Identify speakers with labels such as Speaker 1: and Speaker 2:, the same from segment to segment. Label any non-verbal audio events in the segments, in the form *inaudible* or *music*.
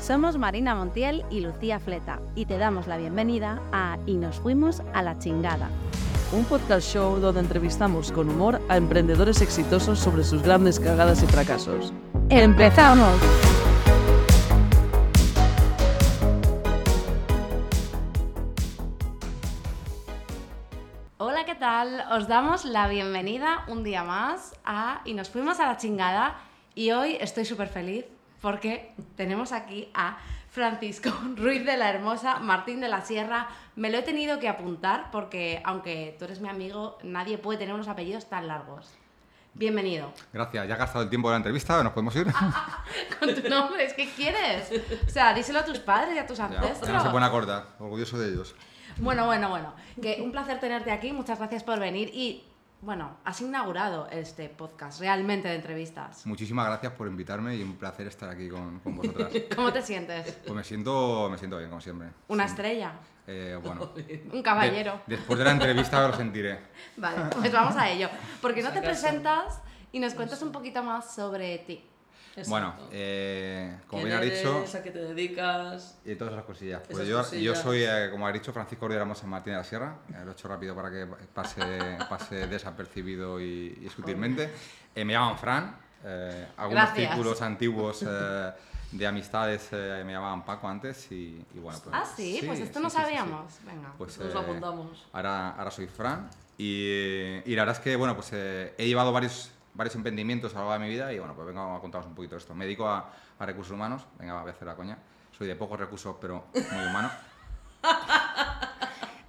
Speaker 1: Somos Marina Montiel y Lucía Fleta y te damos la bienvenida a Y nos fuimos a la chingada.
Speaker 2: Un podcast show donde entrevistamos con humor a emprendedores exitosos sobre sus grandes cagadas y fracasos.
Speaker 1: ¡Empezamos! Hola, ¿qué tal? Os damos la bienvenida un día más a Y nos fuimos a la chingada y hoy estoy súper feliz porque tenemos aquí a Francisco *laughs* Ruiz de la Hermosa, Martín de la Sierra. Me lo he tenido que apuntar porque aunque tú eres mi amigo, nadie puede tener unos apellidos tan largos. Bienvenido.
Speaker 3: Gracias, ya has gastado el tiempo de la entrevista, nos podemos ir.
Speaker 1: Con tu nombre, es que quieres. O sea, díselo a tus padres y a tus
Speaker 3: *laughs* Ya,
Speaker 1: ancestros.
Speaker 3: ya no se pueden acordar, orgulloso de ellos.
Speaker 1: Bueno, bueno, bueno. Que un placer tenerte aquí, muchas gracias por venir y bueno, has inaugurado este podcast realmente de entrevistas.
Speaker 3: Muchísimas gracias por invitarme y un placer estar aquí con, con vosotras.
Speaker 1: ¿Cómo te sientes?
Speaker 3: Pues me siento, me siento bien, como siempre.
Speaker 1: ¿Una
Speaker 3: *laughs*
Speaker 1: estrella?
Speaker 3: Eh, bueno, de-
Speaker 1: ¿Un caballero?
Speaker 3: después de la entrevista lo sentiré.
Speaker 1: Vale, pues vamos a ello. Porque
Speaker 3: Pues
Speaker 1: no te presentas y nos cuentas un poquito más sobre ti.
Speaker 3: Bueno, eh, como bien has dicho,
Speaker 2: ¿A qué te dedicas?
Speaker 3: y todas esas cosillas. Pues
Speaker 2: Esas
Speaker 3: yo, yo
Speaker 2: cosillas.
Speaker 3: soy, eh, como has dicho, Francisco Rivera Mosa Martín de la Sierra. Eh, lo he hecho rápido para que
Speaker 1: *laughs*
Speaker 3: pase, pase desapercibido y, y sutilmente. Eh, me llaman Fran. eh, algunos
Speaker 1: Gracias.
Speaker 3: círculos antiguos eh, de amistades eh, me llamaban Paco antes y, y bueno. Pues,
Speaker 1: Ah, sí, pues esto no
Speaker 3: sí, sí, sí.
Speaker 1: sabíamos. Venga.
Speaker 3: Pues,
Speaker 2: Nos lo apuntamos.
Speaker 3: Ahora, ahora soy Fran y, eh, y la verdad es que bueno, pues eh, he llevado varios, varios emprendimientos a lo largo de mi vida y bueno, pues vengo a contaros un poquito de esto. Me dedico a, a recursos humanos, venga, va, voy a hacer la coña. Soy de pocos recursos, pero muy humano.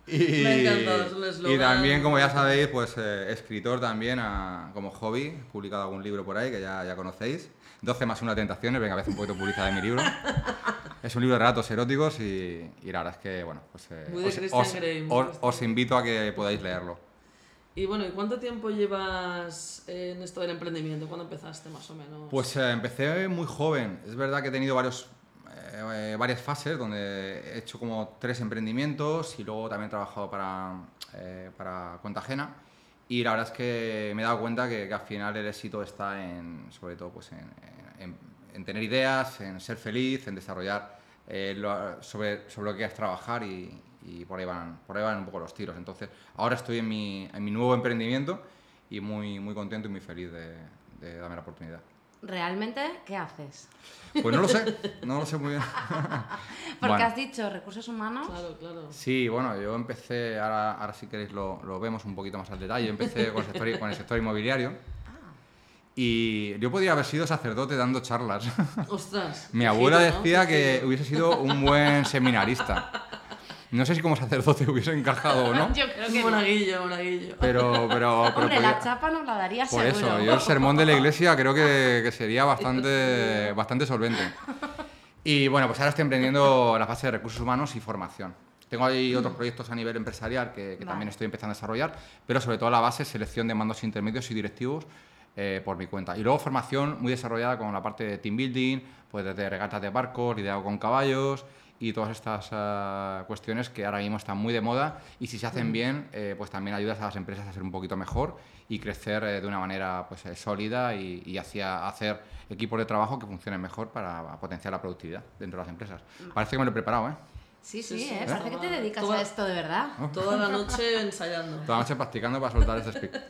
Speaker 3: Y,
Speaker 2: *laughs* Me ha encantado, es un eslogan.
Speaker 3: y también, como ya sabéis, pues eh, escritor también a- como hobby, he publicado algún libro por ahí que ya, ya conocéis. 12 más una tentaciones, venga, a veces un poquito publicidad de mi libro. Es un libro de relatos eróticos y, y la verdad es que, bueno, pues eh,
Speaker 2: Muy de
Speaker 3: os,
Speaker 2: Christian
Speaker 3: os-
Speaker 2: Grey, muy
Speaker 3: os-
Speaker 2: Christian.
Speaker 3: os invito a que podáis leerlo.
Speaker 2: Y bueno, ¿y cuánto tiempo llevas en esto del emprendimiento? ¿Cuándo empezaste más o menos?
Speaker 3: Pues eh, empecé muy joven. Es verdad que he tenido varios, eh, eh, varias fases donde he hecho como tres emprendimientos y luego también he trabajado para, eh, para cuenta ajena. Y la verdad es que me he dado cuenta que, que al final el éxito está en, sobre todo pues en, en- en tener ideas, en ser feliz, en desarrollar eh, lo- sobre, sobre lo que quieres trabajar y, y por, ahí van, por ahí van un poco los tiros. Entonces ahora estoy en mi, en mi nuevo emprendimiento y muy, muy contento y muy feliz de- de darme la oportunidad.
Speaker 1: ¿Realmente qué haces?
Speaker 3: Pues no lo sé, no lo sé muy bien. *laughs*
Speaker 1: Porque
Speaker 3: Bueno,
Speaker 1: has dicho recursos humanos.
Speaker 2: Claro, claro.
Speaker 3: sí, bueno, yo empecé, ahora, ahora si queréis lo, lo vemos un poquito más al detalle, yo empecé con el sector, con el sector inmobiliario y yo podría haber sido sacerdote dando charlas. *laughs*
Speaker 2: Ostras.
Speaker 3: Mi abuela
Speaker 2: giro, ¿no?
Speaker 3: decía
Speaker 2: Qué
Speaker 3: que
Speaker 2: giro.
Speaker 3: hubiese sido un buen seminarista. No sé si como sacerdote *laughs* hubiese encajado o
Speaker 1: *laughs*
Speaker 3: no,
Speaker 1: Yo creo que
Speaker 2: Un
Speaker 1: no.
Speaker 2: monaguillo, monaguillo.
Speaker 3: pero... pero, pero
Speaker 1: Hombre, la
Speaker 3: podía-
Speaker 1: chapa nos la daría
Speaker 3: Por
Speaker 1: seguro.
Speaker 3: eso, yo el sermón de la iglesia creo que,
Speaker 1: *laughs*
Speaker 3: que sería bastante, bastante solvente. Y bueno, pues ahora estoy emprendiendo la fase de recursos humanos y formación. Tengo ahí otros proyectos a nivel empresarial que, que
Speaker 1: Mm. Vale.
Speaker 3: también estoy empezando a desarrollar, pero sobre todo la base selección de mandos intermedios y directivos eh, por mi cuenta. Y luego formación muy desarrollada con la parte de team building, pues desde regatas de barcos, liderazgo con caballos y todas estas ah, cuestiones que ahora mismo están muy de moda y si se hacen bien, eh, pues también ayudas a las empresas a ser un poquito mejor y crecer eh, de una manera pues, eh, sólida y, y hacia hacer equipos de trabajo que funcionen mejor para potenciar la productividad dentro de las empresas. Parece que me lo he preparado, ¿eh?
Speaker 1: Sí, sí,
Speaker 2: Sí, sí,
Speaker 1: eh,
Speaker 2: está
Speaker 1: parece que te
Speaker 2: mal.
Speaker 1: dedicas
Speaker 2: Toma.
Speaker 1: a esto de verdad.
Speaker 2: Toda la noche ensayando.
Speaker 3: Toda la noche practicando para soltar este speak.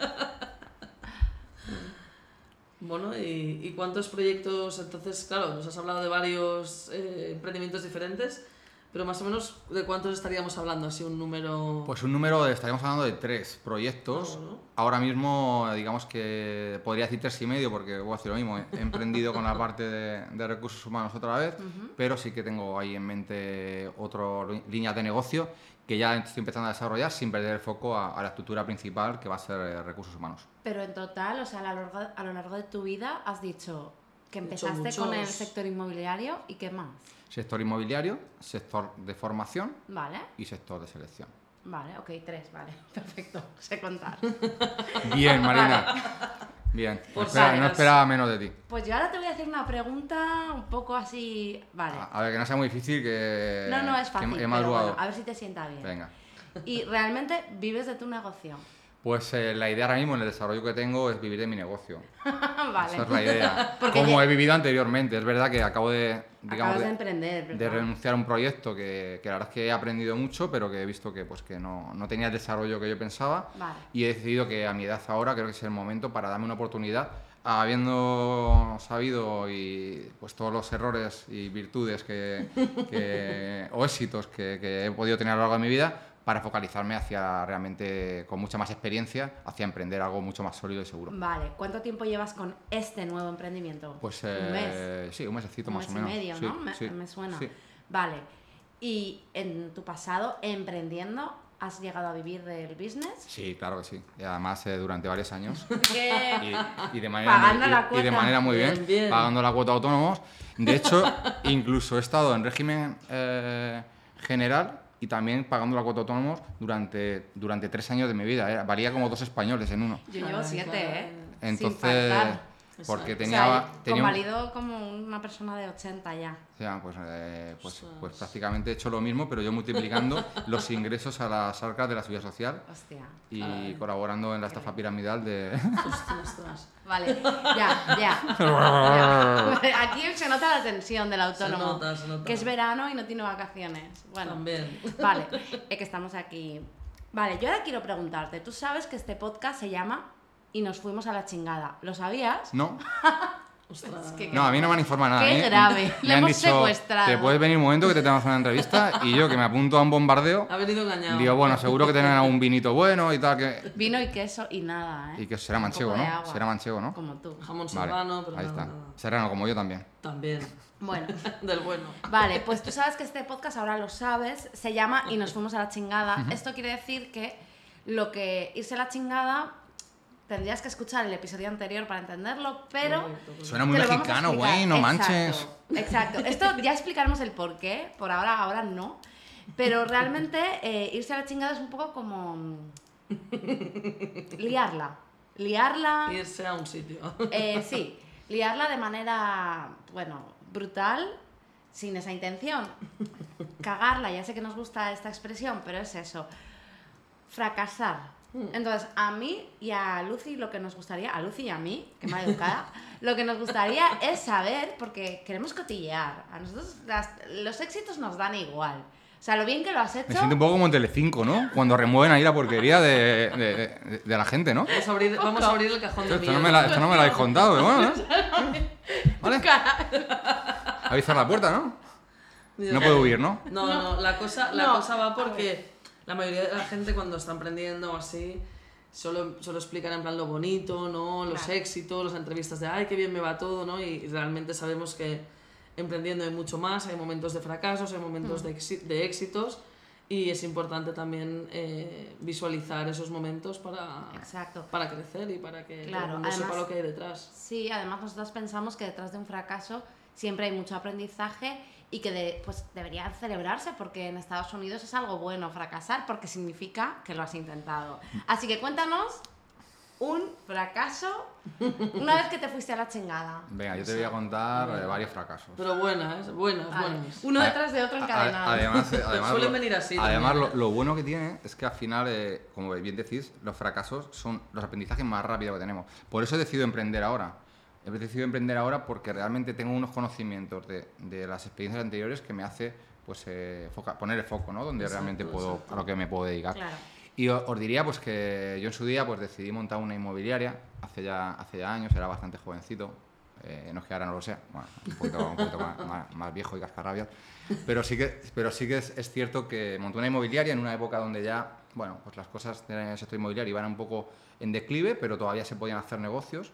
Speaker 2: Bueno, ¿y, y cuántos proyectos? Entonces, claro, nos has hablado de varios eh, emprendimientos diferentes, pero más o menos de cuántos estaríamos hablando, así un número...
Speaker 3: Pues un número, de, estaríamos hablando de tres proyectos.
Speaker 2: Ah, bueno.
Speaker 3: Ahora mismo, digamos que podría decir tres y medio, porque voy a decir lo mismo. He emprendido con la parte de, de recursos humanos otra vez, pero sí que tengo ahí en mente otras líneas de negocio que ya estoy empezando a desarrollar sin perder el foco a, a la estructura principal que va a ser eh, recursos humanos.
Speaker 1: Pero en total, o sea, a lo largo, a lo largo de tu vida has dicho que
Speaker 2: He hecho
Speaker 1: empezaste con el
Speaker 2: muchos.
Speaker 1: sector inmobiliario y qué más.
Speaker 3: Sector inmobiliario, sector de formación
Speaker 1: Vale,
Speaker 3: y sector de selección.
Speaker 1: vale, ok, tres, vale, *laughs* perfecto, sé contar.
Speaker 3: Bien, Marina. Bien. No
Speaker 2: Por
Speaker 3: espera- no
Speaker 2: saberes.
Speaker 3: esperaba menos de ti.
Speaker 1: Pues yo ahora te voy a hacer una pregunta un poco así, vale.
Speaker 3: A, a ver, que no sea muy difícil, que...
Speaker 1: no, no, es
Speaker 3: Ah, eh, que
Speaker 1: fácil.
Speaker 3: He,
Speaker 1: pero
Speaker 3: madrugado.
Speaker 1: bueno, a ver si te sienta bien.
Speaker 3: Venga.
Speaker 1: Y realmente vives de tu negocio. *laughs*
Speaker 3: Pues eh, la idea ahora mismo en el desarrollo que tengo es vivir de mi negocio.
Speaker 1: vale. *laughs*
Speaker 3: Esa es la idea.
Speaker 1: Porque
Speaker 3: Como
Speaker 1: ya-
Speaker 3: he vivido anteriormente. Es verdad que acabo de, digamos,
Speaker 1: Acabas de
Speaker 3: de-
Speaker 1: emprender,
Speaker 3: de
Speaker 1: ¿verdad?
Speaker 3: renunciar a un proyecto que, que la verdad es que he aprendido mucho, pero que he visto que, pues, que no, no tenía el desarrollo que yo pensaba.
Speaker 1: Vale.
Speaker 3: Y he decidido que a mi edad ahora creo que es el momento para darme una oportunidad, habiendo sabido y, pues, todos los errores y virtudes que,
Speaker 1: *laughs*
Speaker 3: que- o éxitos que, que he podido tener a lo largo de mi vida, para focalizarme hacia realmente, con mucha más experiencia, hacia emprender algo mucho más sólido y seguro.
Speaker 1: Vale, ¿cuánto tiempo llevas con este nuevo emprendimiento?
Speaker 3: Pues
Speaker 1: un mes,
Speaker 3: eh, sí, un mesecito
Speaker 1: un
Speaker 3: más
Speaker 1: mes
Speaker 3: o menos.
Speaker 1: y medio,
Speaker 3: Sí,
Speaker 1: ¿no? Me,
Speaker 3: sí,
Speaker 1: me suena.
Speaker 3: sí.
Speaker 1: Vale. Y en tu pasado emprendiendo, ¿has llegado a vivir del business?
Speaker 3: Sí, claro que sí. Y además eh, durante varios años.
Speaker 1: ¿Qué?
Speaker 3: *laughs* Y,
Speaker 1: *laughs*
Speaker 3: y de manera
Speaker 1: Pagando
Speaker 3: muy, y-
Speaker 1: la
Speaker 3: y de
Speaker 1: cuota.
Speaker 3: manera muy bien,
Speaker 2: Bien, bien.
Speaker 3: pagando la cuota a autónomos.
Speaker 1: *laughs*
Speaker 3: De hecho, incluso he estado en régimen eh, general y también pagando la cuota a autónomos durante, durante tres años de mi vida. Era- valía como dos españoles en uno.
Speaker 1: Yo llevo
Speaker 2: Ay,
Speaker 1: siete,
Speaker 2: claro.
Speaker 1: ¿eh? Sin
Speaker 3: Entonces,
Speaker 1: faltar.
Speaker 3: porque
Speaker 2: Exacto.
Speaker 3: tenía...
Speaker 1: o sea, yo
Speaker 3: tenía un-
Speaker 1: convalido como una persona de 80 ya.
Speaker 3: o sea, pues, eh, pues,
Speaker 2: Ostras.
Speaker 3: pues prácticamente he hecho lo mismo, pero
Speaker 1: *laughs*
Speaker 3: yo multiplicando los ingresos a las arcas de la seguridad social
Speaker 1: Hostia.
Speaker 3: y
Speaker 2: Ay.
Speaker 3: colaborando en la estafa piramidal de... *laughs*
Speaker 2: Ostras, *laughs* ostras.
Speaker 1: Vale, ya, ya. ya. Aquí se nota la tensión del autónomo.
Speaker 2: nota, se nota.
Speaker 1: Que es verano y no tiene vacaciones. Bueno,
Speaker 2: También.
Speaker 1: vale, es que estamos aquí. Vale, yo ahora quiero preguntarte. Tú sabes que este podcast se llama Y nos fuimos a la chingada. ¿Lo sabías?
Speaker 3: No,
Speaker 2: Ostras.
Speaker 1: Es que-
Speaker 3: No, a mí no me han informado nada. A
Speaker 1: Qué
Speaker 3: mí
Speaker 1: grave,
Speaker 3: Me
Speaker 1: le
Speaker 3: han
Speaker 1: hemos
Speaker 3: dicho,
Speaker 1: secuestrado.
Speaker 3: Te puedes venir un momento que te tenemos una entrevista y yo que me apunto a un
Speaker 1: Ah,
Speaker 3: bombardeo.
Speaker 2: *laughs* Ha venido engañado.
Speaker 3: Digo, bueno, seguro que tendrán algún vinito bueno y tal. Que...
Speaker 1: Vino y queso y nada, ¿eh?
Speaker 3: Y que será
Speaker 1: Un
Speaker 3: manchego,
Speaker 1: poco de
Speaker 3: ¿no?
Speaker 1: agua.
Speaker 3: Será manchego, ¿no?
Speaker 1: Como tú.
Speaker 2: *laughs* Jamón
Speaker 3: Vale,
Speaker 2: serrano, pero
Speaker 3: ahí
Speaker 2: nada,
Speaker 3: está.
Speaker 2: nada.
Speaker 3: Serrano, como yo también.
Speaker 2: También. *laughs*
Speaker 1: Bueno,
Speaker 2: Del bueno.
Speaker 1: Vale, pues tú sabes que este podcast, ahora lo sabes, se llama Y nos fuimos a la chingada. Esto quiere decir que lo que irse a la chingada tendrías que escuchar el episodio anterior para entenderlo, pero.
Speaker 2: Correcto, correcto.
Speaker 3: Suena muy
Speaker 1: te lo vamos a
Speaker 3: mexicano,
Speaker 1: explicar.
Speaker 3: güey, no
Speaker 1: Exacto,
Speaker 3: manches.
Speaker 1: Exacto. Esto ya explicaremos el por qué, por ahora, ahora no. Pero realmente eh, irse a la chingada es un poco como. mm, liarla. Liarla.
Speaker 2: Irse a un sitio. *laughs*
Speaker 1: Eh, sí, liarla de manera, bueno, brutal, sin esa intención. Cagarla, ya sé que nos gusta esta expresión, pero es eso. Fracasar. Entonces, a mí y a Lucy lo que nos gustaría, a Lucy y a mí, que mal educada, lo que nos gustaría es saber, porque queremos cotillear. A nosotros las- los éxitos nos dan igual. O sea, lo bien que lo has hecho.
Speaker 3: Me siento un poco como en Telecinco, ¿no? Cuando remueven ahí la porquería de, de- de- de la gente, ¿no?
Speaker 2: Vamos a abrir, vamos a abrir el cajón de
Speaker 3: Esto
Speaker 2: miedo.
Speaker 3: no me, la,
Speaker 2: *laughs*
Speaker 3: esto no me lo habéis contado, pero bueno, ¿eh?
Speaker 1: *laughs*
Speaker 3: ¿Vale?
Speaker 1: Cara.
Speaker 3: Habéis cerrado la puerta, ¿no? No puedo huir, ¿no?
Speaker 2: No, no, la, cosa, la
Speaker 1: No.
Speaker 2: cosa va porque la mayoría de la gente cuando está emprendiendo o así, solo, solo explican en plan lo bonito, ¿no? Los
Speaker 1: Claro.
Speaker 2: éxitos, las entrevistas de, ay, qué bien me va todo, ¿no? Y, y realmente sabemos que emprendiendo hay mucho más, hay momentos de fracasos, hay
Speaker 1: Mm.
Speaker 2: momentos de, exi- de éxitos y es importante también eh, visualizar esos momentos para,
Speaker 1: Exacto.
Speaker 2: para crecer y para que
Speaker 1: Claro,
Speaker 2: todo el mundo sepa
Speaker 1: además-
Speaker 2: lo que hay detrás.
Speaker 1: Sí, además nosotros pensamos que detrás de un fracaso siempre hay mucho aprendizaje y que de- pues debería celebrarse porque en Estados Unidos es algo bueno fracasar porque significa que lo has intentado. Así que cuéntanos un fracaso una vez que te fuiste a la chingada.
Speaker 3: Venga, yo te voy a contar eh, varios fracasos.
Speaker 2: Pero buenas, buenas,
Speaker 1: Vale,
Speaker 2: buenas.
Speaker 1: Uno
Speaker 3: A-
Speaker 1: detrás de otro
Speaker 3: a- a-
Speaker 1: encadenado.
Speaker 3: Además, eh, además
Speaker 2: Suelen
Speaker 3: lo-
Speaker 2: venir así
Speaker 3: Además, lo,
Speaker 2: también.
Speaker 3: lo bueno que tiene es que al final, eh, como bien decís, los fracasos son los aprendizajes más rápidos que tenemos. Por eso he decidido emprender ahora. He decidido emprender ahora porque realmente tengo unos conocimientos de, de las experiencias anteriores que me hace pues, eh, foca- poner el foco, ¿no? Donde
Speaker 2: Exacto,
Speaker 3: realmente puedo,
Speaker 2: exacto.
Speaker 3: a lo que me puedo dedicar.
Speaker 1: Claro.
Speaker 3: Y o- os diría pues que yo en su día pues decidí montar una inmobiliaria hace ya, hace ya años, era bastante jovencito. eh, no es que ahora no lo sea, bueno, un poquito, un poquito más, *laughs* más- más viejo y cascarrabias. Pero sí que, pero sí que es, es cierto que monté una inmobiliaria en una época donde ya, bueno, pues las cosas del sector inmobiliario iban un poco en declive, pero todavía se podían hacer negocios.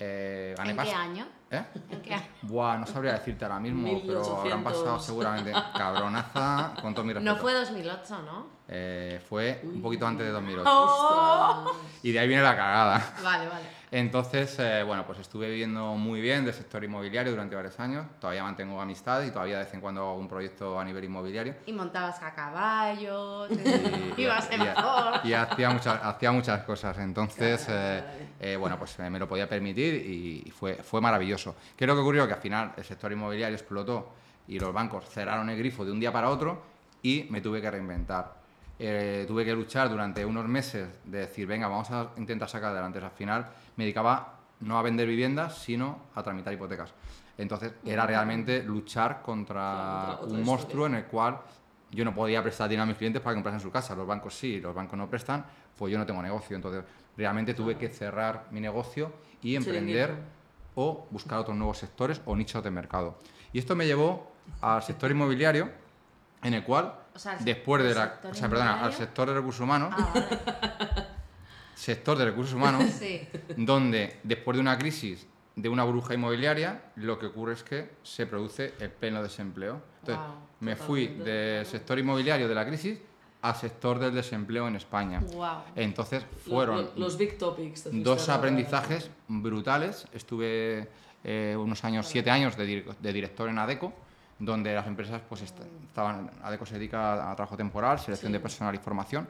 Speaker 3: Eh, gané
Speaker 1: ¿En qué
Speaker 3: pasta-
Speaker 1: año?
Speaker 3: ¿Eh?
Speaker 1: ¿En qué año?
Speaker 3: Buah, no sabría decirte ahora mismo, pero habrán pasado
Speaker 1: *laughs*
Speaker 2: 1800.
Speaker 3: seguramente. Cabronaza, con todo mi respeto.
Speaker 1: No fue 2008, ¿no?
Speaker 3: Eh, fue un poquito antes de 2008.
Speaker 1: Oh.
Speaker 2: Ostras.
Speaker 3: Y de ahí viene la cagada.
Speaker 1: Vale, vale.
Speaker 3: Entonces, eh, bueno, pues estuve viviendo muy bien del sector inmobiliario durante varios años. Todavía mantengo amistades y todavía de vez en cuando hago algún proyecto a nivel inmobiliario.
Speaker 1: Y montabas a caballo, te-
Speaker 3: *laughs* Y,
Speaker 1: ibas en
Speaker 3: y-
Speaker 1: motor.
Speaker 3: y hacía, muchas, hacía muchas cosas. Entonces,
Speaker 2: Caray.
Speaker 3: eh, eh, bueno, pues eh, me lo podía permitir y, y fue, fue maravilloso. ¿Qué es lo que ocurrió? Que al final el sector inmobiliario explotó y los bancos cerraron el grifo de un día para otro y me tuve que reinventar. Eh, tuve que luchar durante unos meses de decir, venga, vamos a intentar sacar adelante. Al final me dedicaba no a vender viviendas, sino a tramitar hipotecas. Entonces era realmente luchar contra
Speaker 2: Claro, otra- otra
Speaker 3: un monstruo
Speaker 2: historia.
Speaker 3: en el cual yo no podía prestar dinero a mis clientes para que comprasen su casa. Los bancos sí, los bancos no prestan, pues yo no tengo negocio. Entonces realmente tuve
Speaker 1: Ah.
Speaker 3: que cerrar mi negocio y emprender
Speaker 2: Chiringuito.
Speaker 3: o buscar otros nuevos sectores o nichos de mercado. Y esto me llevó al sector inmobiliario, en el cual,
Speaker 1: O sea, al
Speaker 3: después de la...
Speaker 1: sector
Speaker 3: O sea, perdona, al
Speaker 1: inmobiliario.
Speaker 3: sector de recursos humanos,
Speaker 1: Ah, vale.
Speaker 3: sector de
Speaker 1: *laughs*
Speaker 3: recursos humanos,
Speaker 1: Sí.
Speaker 3: donde después de una crisis de una burbuja inmobiliaria, lo que ocurre es que se produce el pleno desempleo. Entonces,
Speaker 1: Guau,
Speaker 3: me fui
Speaker 2: totalmente.
Speaker 3: del sector inmobiliario de la crisis al sector del desempleo en España.
Speaker 1: Guau.
Speaker 3: Entonces,
Speaker 2: Lo-
Speaker 3: fueron
Speaker 2: lo- los big topics. te fuiste
Speaker 3: dos
Speaker 2: a la-
Speaker 3: aprendizajes brutales. Estuve eh, unos años, siete años de, dir- de director en ADECO, donde las empresas pues est- estaban, ADECO se dedica a trabajo temporal, selección
Speaker 2: Sí.
Speaker 3: de personal y formación.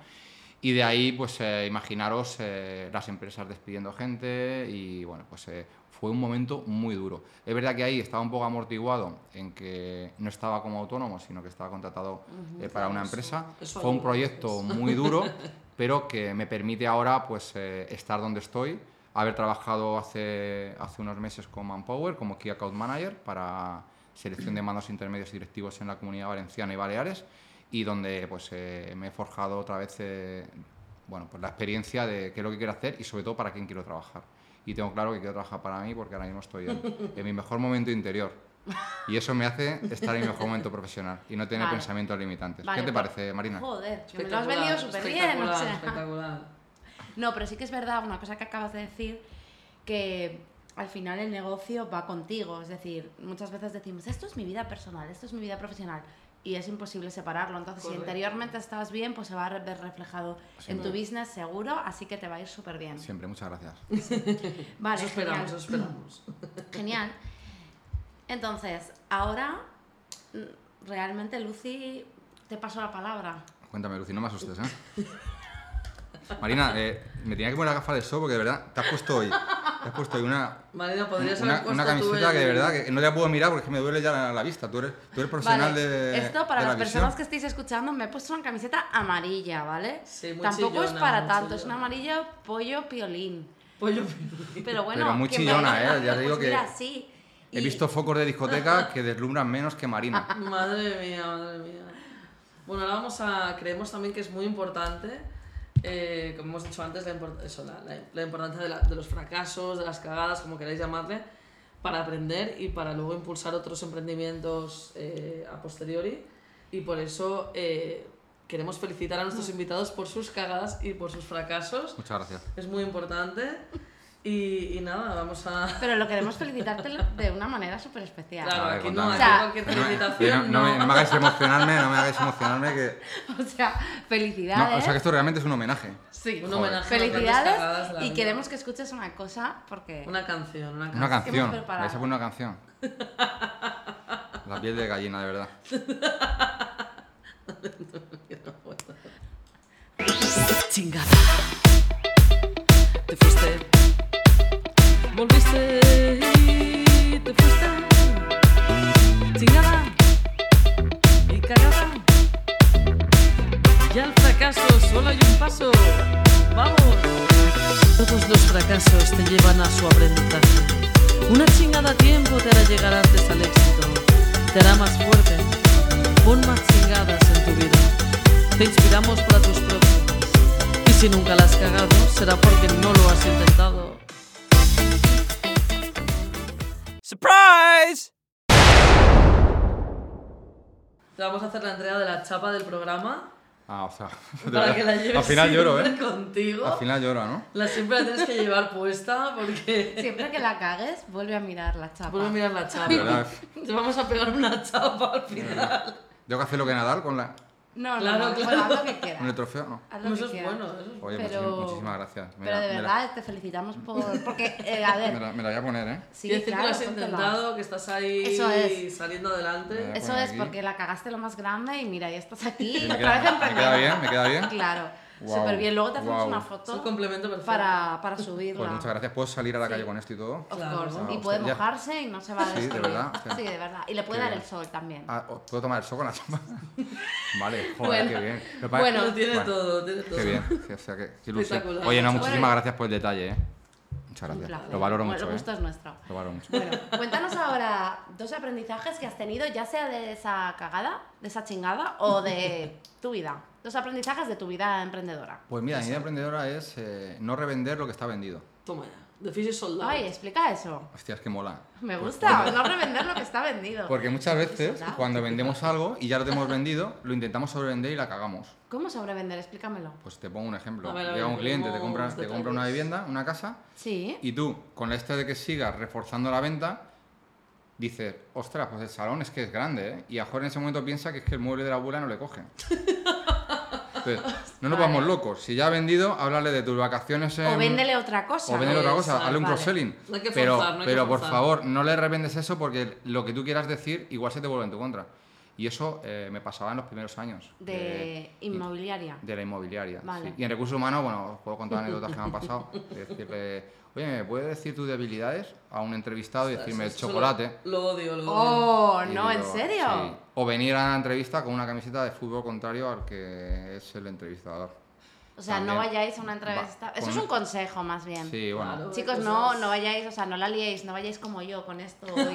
Speaker 3: Y de ahí, pues eh, imaginaros eh, las empresas despidiendo gente y bueno, pues eh, fue un momento muy duro. Es verdad que ahí estaba un poco amortiguado en que no estaba como autónomo, sino que estaba contratado eh, para una
Speaker 2: eso-
Speaker 3: empresa.
Speaker 2: eso
Speaker 3: Fue un
Speaker 2: ayuda,
Speaker 3: proyecto
Speaker 2: pues.
Speaker 1: *laughs*
Speaker 3: muy duro, pero que me permite ahora pues eh, estar donde estoy, haber trabajado hace, hace unos meses con Manpower como Key Account Manager para selección de mandos intermedios y directivos en la Comunidad Valenciana y Baleares y donde pues eh, me he forjado otra vez eh, bueno, pues la experiencia de qué es lo que quiero hacer y sobre todo para quién quiero trabajar. Y tengo claro que quiero trabajar para mí porque ahora mismo estoy en, en mi mejor momento interior. Y eso me hace estar en mi mejor momento profesional y no tener
Speaker 1: Vale.
Speaker 3: pensamientos limitantes.
Speaker 1: Vale,
Speaker 3: ¿Qué te
Speaker 1: pues-
Speaker 3: parece, Marina?
Speaker 1: Joder, que me lo has
Speaker 2: Espectacular,
Speaker 1: vendido súper bien. O
Speaker 2: espectacular,
Speaker 1: sea.
Speaker 2: espectacular.
Speaker 1: No, pero sí que es verdad una cosa que acabas de decir, que al final el negocio va contigo. Es decir, muchas veces decimos, esto es mi vida personal, esto es mi vida profesional. Y es imposible separarlo. Entonces,
Speaker 2: Correcto.
Speaker 1: si interiormente estás bien, pues se va a re- ver reflejado en tu
Speaker 3: Siempre.
Speaker 1: business seguro, así que te va a ir súper bien.
Speaker 3: Siempre, muchas gracias.
Speaker 1: Vale,
Speaker 2: eso esperamos,
Speaker 1: genial.
Speaker 2: eso esperamos.
Speaker 1: Genial. Entonces, ahora, mm, realmente, Lucy, te paso la palabra.
Speaker 3: Cuéntame, Lucy, no me asustes, ¿eh? Marina, eh, me tenía que poner la gafa de sol porque de verdad te has puesto hoy, te has puesto hoy una,
Speaker 2: Marina, podrías
Speaker 3: una,
Speaker 2: haber
Speaker 3: una
Speaker 2: puesto tú
Speaker 3: camiseta
Speaker 2: el-
Speaker 3: que de verdad que no la puedo mirar porque es que me duele ya la, la vista. Tú eres, tú eres profesional
Speaker 1: Vale,
Speaker 3: de.
Speaker 1: Esto para
Speaker 3: de la
Speaker 1: las personas que
Speaker 3: visión.
Speaker 1: estáis escuchando, me he puesto una camiseta amarilla, ¿vale?
Speaker 2: Sí, muy
Speaker 1: Tampoco es
Speaker 2: chillona,
Speaker 1: para
Speaker 2: muy
Speaker 1: tanto, es una
Speaker 2: chillona.
Speaker 1: amarilla pollo piolín.
Speaker 2: Pues yo-
Speaker 3: *laughs*
Speaker 1: Pero bueno,
Speaker 3: Pero muy
Speaker 1: que me-
Speaker 3: chillona, ¿eh? Ya te digo
Speaker 1: Pues
Speaker 3: que
Speaker 1: mira, sí.
Speaker 3: He
Speaker 1: Y-
Speaker 3: visto focos de discoteca que deslumbran menos que Marina.
Speaker 2: Madre mía, madre mía. Bueno, ahora vamos a. Creemos también que es muy importante, eh, como hemos dicho antes, la, import- eso, la- la- la importancia de, la- de los fracasos, de las cagadas, como queráis llamarle, para aprender y para luego impulsar otros emprendimientos eh, a posteriori. Y por eso eh, queremos felicitar a nuestros invitados por sus cagadas y por sus fracasos.
Speaker 3: Muchas gracias.
Speaker 2: Es muy importante. Y, y nada, vamos a.
Speaker 1: Pero lo queremos felicitarte de una manera súper especial.
Speaker 2: Claro,
Speaker 3: Vale,
Speaker 2: aquí no
Speaker 3: contame.
Speaker 2: hay
Speaker 1: O sea,
Speaker 2: cualquier
Speaker 3: No me-
Speaker 2: felicitación.
Speaker 3: eh, no me, no me hagáis emocionarme, no me hagáis emocionarme que.
Speaker 1: *laughs* O sea, felicidades.
Speaker 3: No, o sea que esto realmente es un homenaje.
Speaker 1: Sí,
Speaker 2: Un homenaje a las grandes cagadas de la
Speaker 1: felicidades. Y
Speaker 2: vida.
Speaker 1: queremos que escuches una cosa porque...
Speaker 2: Una canción, una canción.
Speaker 3: Una canción. ¿Vais
Speaker 1: preparado.
Speaker 3: a poner una canción? La piel de gallina, de verdad.
Speaker 2: Chingada. Te fuiste. Volviste y te fuiste. Chingada. Y cagada. Y al fracaso solo hay un paso. ¡Vamos! Todos los fracasos te llevan a su aprendizaje. Una chingada a tiempo te hará llegar antes al éxito. Te hará más fuerte. Pon más chingadas en tu vida. Te inspiramos para tus próximas. Y si nunca las has cagado, será porque no lo has intentado.
Speaker 4: Surprise!
Speaker 2: Te vamos a hacer la entrega de la chapa del programa
Speaker 3: Ah, o sea. *laughs* de
Speaker 2: para
Speaker 3: verdad.
Speaker 2: que la lleves
Speaker 3: Al final lloro,
Speaker 2: siempre
Speaker 3: ¿eh?
Speaker 2: contigo.
Speaker 3: Al final lloro, ¿no?
Speaker 2: La siempre la tienes que llevar puesta porque *laughs*
Speaker 1: Siempre que la cagues, vuelve a mirar la chapa.
Speaker 2: vuelve a mirar la
Speaker 3: De verdad.
Speaker 2: chapa. Te vamos a pegar una chapa al final.
Speaker 3: Tengo que hacer lo que Nadal con, la,
Speaker 1: No, no,
Speaker 2: Claro,
Speaker 1: no,
Speaker 2: claro.
Speaker 1: bueno, haz lo que quieras.
Speaker 3: con el trofeo, ¿no?
Speaker 1: Haz lo
Speaker 2: Eso
Speaker 1: que
Speaker 2: es
Speaker 1: quieras.
Speaker 2: bueno, eso es bueno.
Speaker 3: Oye,
Speaker 1: Pero-
Speaker 3: muchísimas, muchísimas gracias. Me
Speaker 1: Pero
Speaker 3: la-
Speaker 1: de
Speaker 3: me la-
Speaker 1: verdad, te felicitamos por. Porque, eh, a
Speaker 3: Me
Speaker 1: ver.
Speaker 3: la, me la voy a poner, ¿eh?
Speaker 1: Sí,
Speaker 2: Quiere decir
Speaker 1: claro,
Speaker 2: que lo has
Speaker 1: póntela.
Speaker 2: intentado, que estás ahí
Speaker 1: Eso es.
Speaker 2: saliendo adelante.
Speaker 3: Eh.
Speaker 1: Eso
Speaker 3: Bueno,
Speaker 1: es
Speaker 3: aquí.
Speaker 1: porque la cagaste lo más grande y mira, ya
Speaker 2: *laughs*
Speaker 1: estás aquí.
Speaker 3: Me
Speaker 1: otra
Speaker 3: queda,
Speaker 1: vez
Speaker 3: me queda
Speaker 1: emprendedora.
Speaker 3: bien, me queda bien.
Speaker 1: Claro,
Speaker 3: Guau,
Speaker 1: súper bien. Luego te hacemos
Speaker 3: guau.
Speaker 1: una
Speaker 2: Es un
Speaker 1: foto
Speaker 2: complemento perfecto.
Speaker 1: para, para subirla.
Speaker 3: Pues muchas gracias. ¿Puedo salir a la
Speaker 1: Sí.
Speaker 3: calle con esto y todo?
Speaker 1: Of
Speaker 2: Claro.
Speaker 1: course.
Speaker 3: Ah,
Speaker 1: y
Speaker 3: hostia,
Speaker 1: puede
Speaker 3: ya.
Speaker 1: mojarse y no se va a
Speaker 3: Sí, de
Speaker 1: destruir.
Speaker 3: verdad, hostia.
Speaker 1: Sí, de verdad. Y le puede
Speaker 3: Qué
Speaker 1: dar
Speaker 3: bien.
Speaker 1: el sol también.
Speaker 3: Ah, ¿o- ¿Puedo tomar el sol con
Speaker 1: *laughs*
Speaker 3: la chapa? Vale, joder,
Speaker 1: Bueno.
Speaker 3: qué bien. Lo que pasa-
Speaker 1: Bueno.
Speaker 2: Lo tiene
Speaker 3: Vale,
Speaker 2: todo, tiene todo.
Speaker 3: Qué bien. sí, o sea, que- qué ilusión.
Speaker 2: Espectacular.
Speaker 3: Oye, no,
Speaker 2: Bueno.
Speaker 3: muchísimas gracias por el detalle, ¿eh? Muchas
Speaker 1: Un
Speaker 3: gracias.
Speaker 1: placer.
Speaker 3: Lo valoro
Speaker 1: Bueno,
Speaker 3: mucho.
Speaker 1: El
Speaker 3: ¿eh?
Speaker 1: gusto es nuestro.
Speaker 3: Lo valoro mucho.
Speaker 1: Bueno, cuéntanos ahora dos aprendizajes que has tenido, ya sea de esa cagada, de esa chingada o
Speaker 3: *laughs*
Speaker 1: de tu vida. Dos aprendizajes de tu vida emprendedora.
Speaker 3: Pues mira, mi idea emprendedora es eh, no revender lo que está vendido.
Speaker 2: Toma ya. The fish is sold out.
Speaker 1: Ay, explica eso.
Speaker 3: Hostias, que mola.
Speaker 1: Me
Speaker 3: Pues,
Speaker 1: gusta, no revender lo que está vendido.
Speaker 3: Porque muchas veces
Speaker 1: Soldado.
Speaker 3: cuando vendemos algo y ya
Speaker 2: *laughs*
Speaker 3: lo tenemos vendido, lo intentamos sobrevender y la cagamos.
Speaker 1: ¿Cómo sobrevender? Explícamelo.
Speaker 3: Pues te pongo un ejemplo.
Speaker 2: A ver, a
Speaker 3: Llega
Speaker 2: ver,
Speaker 3: un cliente, te
Speaker 2: queremos
Speaker 3: compra, te compra una
Speaker 2: detalles.
Speaker 3: vivienda, una casa,
Speaker 1: Sí.
Speaker 3: y tú, con esto de que sigas reforzando la venta, dices, ostras, pues el salón es que es grande, ¿eh? Y a Jorge en ese momento piensa que es que el mueble de la abuela no
Speaker 2: *laughs*
Speaker 3: le coge. Entonces, no nos
Speaker 1: Vale.
Speaker 3: vamos locos. Si ya ha vendido, háblale de tus vacaciones en...
Speaker 1: O véndele otra cosa.
Speaker 3: em, O véndele otra cosa,
Speaker 2: Exacto,
Speaker 3: hazle un
Speaker 1: vale.
Speaker 3: cross-selling.
Speaker 2: No hay que
Speaker 3: pero
Speaker 2: forzar, no hay que
Speaker 3: pero por
Speaker 2: forzar.
Speaker 3: favor, no le revendes eso porque lo que tú quieras decir igual se te vuelve en tu contra. Y eso eh, me pasaba en los primeros años.
Speaker 1: De inmobiliaria.
Speaker 3: de la inmobiliaria.
Speaker 1: Vale.
Speaker 3: sí. Y en recursos humanos, bueno, os puedo contar anécdotas que me han pasado. De Decirle, oye, ¿me puedes decir tus debilidades a un entrevistado y decirme el
Speaker 2: Eso- eso
Speaker 3: chocolate?
Speaker 2: Lo, lo odio, lo odio.
Speaker 1: Oh,
Speaker 3: Y
Speaker 1: no,
Speaker 3: digo,
Speaker 1: ¿en serio?
Speaker 3: "Sí". O venir a la entrevista con una camiseta de fútbol contrario al que es el entrevistador.
Speaker 1: O sea, no
Speaker 3: También.
Speaker 1: vayáis a una entrevista.
Speaker 3: Va,
Speaker 1: Eso
Speaker 3: con-
Speaker 1: es un consejo más bien.
Speaker 3: Sí, bueno.
Speaker 2: Claro.
Speaker 1: Chicos, no, no vayáis, o sea, no la liéis, no vayáis como yo con esto hoy.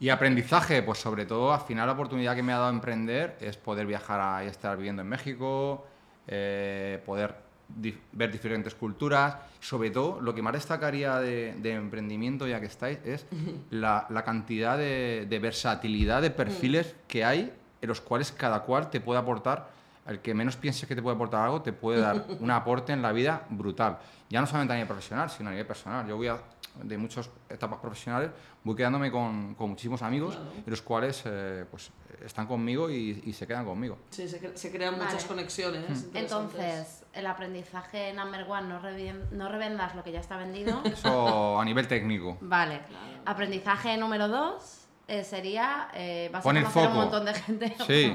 Speaker 3: Y aprendizaje, pues sobre todo, al final la oportunidad que me ha dado emprender es poder viajar a, y estar viviendo en México, eh, poder di- ver diferentes culturas. Sobre todo, lo que más destacaría de, de emprendimiento, ya que estáis, es la, la cantidad de, de versatilidad de perfiles que hay, en los cuales cada cual te puede aportar. El que menos pienses que te puede aportar algo, te puede dar un aporte en la vida brutal. Ya no solamente a nivel profesional, sino a nivel personal. Yo voy a, de muchas etapas profesionales, voy quedándome con, con muchísimos amigos,
Speaker 2: Claro.
Speaker 3: y los cuales eh, pues, están conmigo y, y se quedan conmigo.
Speaker 2: Sí, se, cre- se crean muchas
Speaker 1: Vale.
Speaker 2: conexiones.
Speaker 3: Hmm.
Speaker 2: interesantes.
Speaker 1: Entonces, el aprendizaje number one, no, revien- no revendas lo que ya está vendido.
Speaker 3: Eso a nivel técnico.
Speaker 1: Vale. Aprendizaje número dos eh, sería, eh, vas
Speaker 3: Pon
Speaker 1: a
Speaker 3: el
Speaker 1: conocer a un
Speaker 3: foco.
Speaker 1: montón de gente.
Speaker 3: Sí,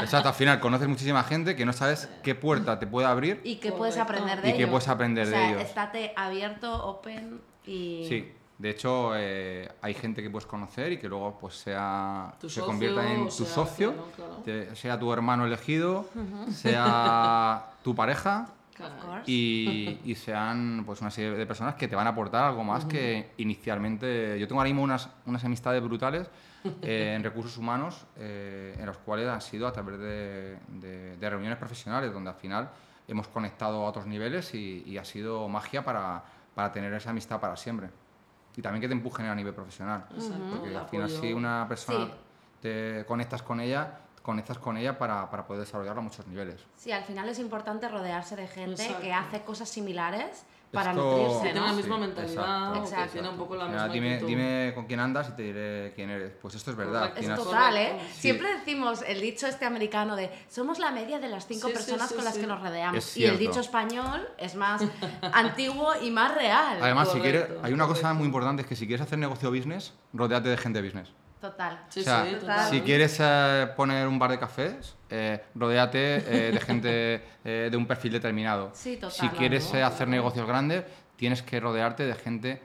Speaker 3: exacto. Al final conoces muchísima gente que no sabes qué puerta te puede abrir
Speaker 1: Y que puedes
Speaker 2: Correcto.
Speaker 1: aprender de
Speaker 3: y
Speaker 1: ellos.
Speaker 3: qué puedes aprender
Speaker 1: o sea,
Speaker 3: de ellos.
Speaker 1: estate abierto, open y...
Speaker 3: Sí, de hecho eh, hay gente que puedes conocer y que luego pues sea
Speaker 2: Tu
Speaker 3: se
Speaker 2: socio,
Speaker 3: convierta en
Speaker 2: o
Speaker 3: tu
Speaker 2: sea,
Speaker 3: socio,
Speaker 2: claro, claro.
Speaker 3: te- sea tu hermano elegido, sea
Speaker 2: *laughs*
Speaker 3: tu pareja
Speaker 1: Of
Speaker 2: Caray.
Speaker 1: course.
Speaker 3: y, y sean pues una serie de personas que te van a aportar algo más que inicialmente. Yo tengo ahora mismo unas, unas amistades brutales eh, en recursos humanos, eh, en los cuales han sido a través de, de- de reuniones profesionales, donde al final hemos conectado a otros niveles y, y ha sido magia para, para tener esa amistad para siempre. Y también que te empujen a nivel profesional.
Speaker 2: Exacto,
Speaker 3: Porque
Speaker 2: el
Speaker 3: al final
Speaker 2: Mm, apoyo.
Speaker 3: si una persona
Speaker 1: Sí.
Speaker 3: te conectas con ella, conectas con ella para, para poder desarrollarla a muchos niveles.
Speaker 1: Sí, al final es importante rodearse de gente
Speaker 2: Exacto.
Speaker 1: que hace cosas similares para
Speaker 3: Esto-
Speaker 1: nutrirse,
Speaker 2: Que tenga
Speaker 1: ¿no?
Speaker 2: la misma mentalidad,
Speaker 1: o que Exacto.
Speaker 2: tiene un poco la
Speaker 3: Al final,
Speaker 2: misma
Speaker 3: dime,
Speaker 2: actitud.
Speaker 3: dime con quién andas y te diré quién eres. Pues esto es verdad. al
Speaker 2: Correcto.
Speaker 1: Es
Speaker 3: final-
Speaker 2: Correcto.
Speaker 1: total, ¿eh?
Speaker 2: Sí.
Speaker 1: Siempre decimos el dicho este americano de somos la media de las cinco
Speaker 2: Sí, sí,
Speaker 1: personas
Speaker 2: sí,
Speaker 1: con las
Speaker 2: sí.
Speaker 1: que nos rodeamos.
Speaker 3: Es
Speaker 1: y el
Speaker 3: cierto.
Speaker 1: dicho español es más *laughs* antiguo y más real.
Speaker 3: Además, si
Speaker 2: Correcto,
Speaker 3: quieres, hay una cosa
Speaker 2: correcto.
Speaker 3: muy importante, es que si quieres hacer negocio business, rodeate de gente business.
Speaker 1: Total.
Speaker 2: Sí,
Speaker 3: o sea,
Speaker 2: sí,
Speaker 1: si
Speaker 2: total.
Speaker 3: Si quieres eh, poner un bar de cafés, eh, rodeate eh, de gente eh, de un perfil determinado.
Speaker 1: Sí, total,
Speaker 3: si quieres
Speaker 1: claro,
Speaker 3: eh, hacer negocios grandes, tienes que rodearte de gente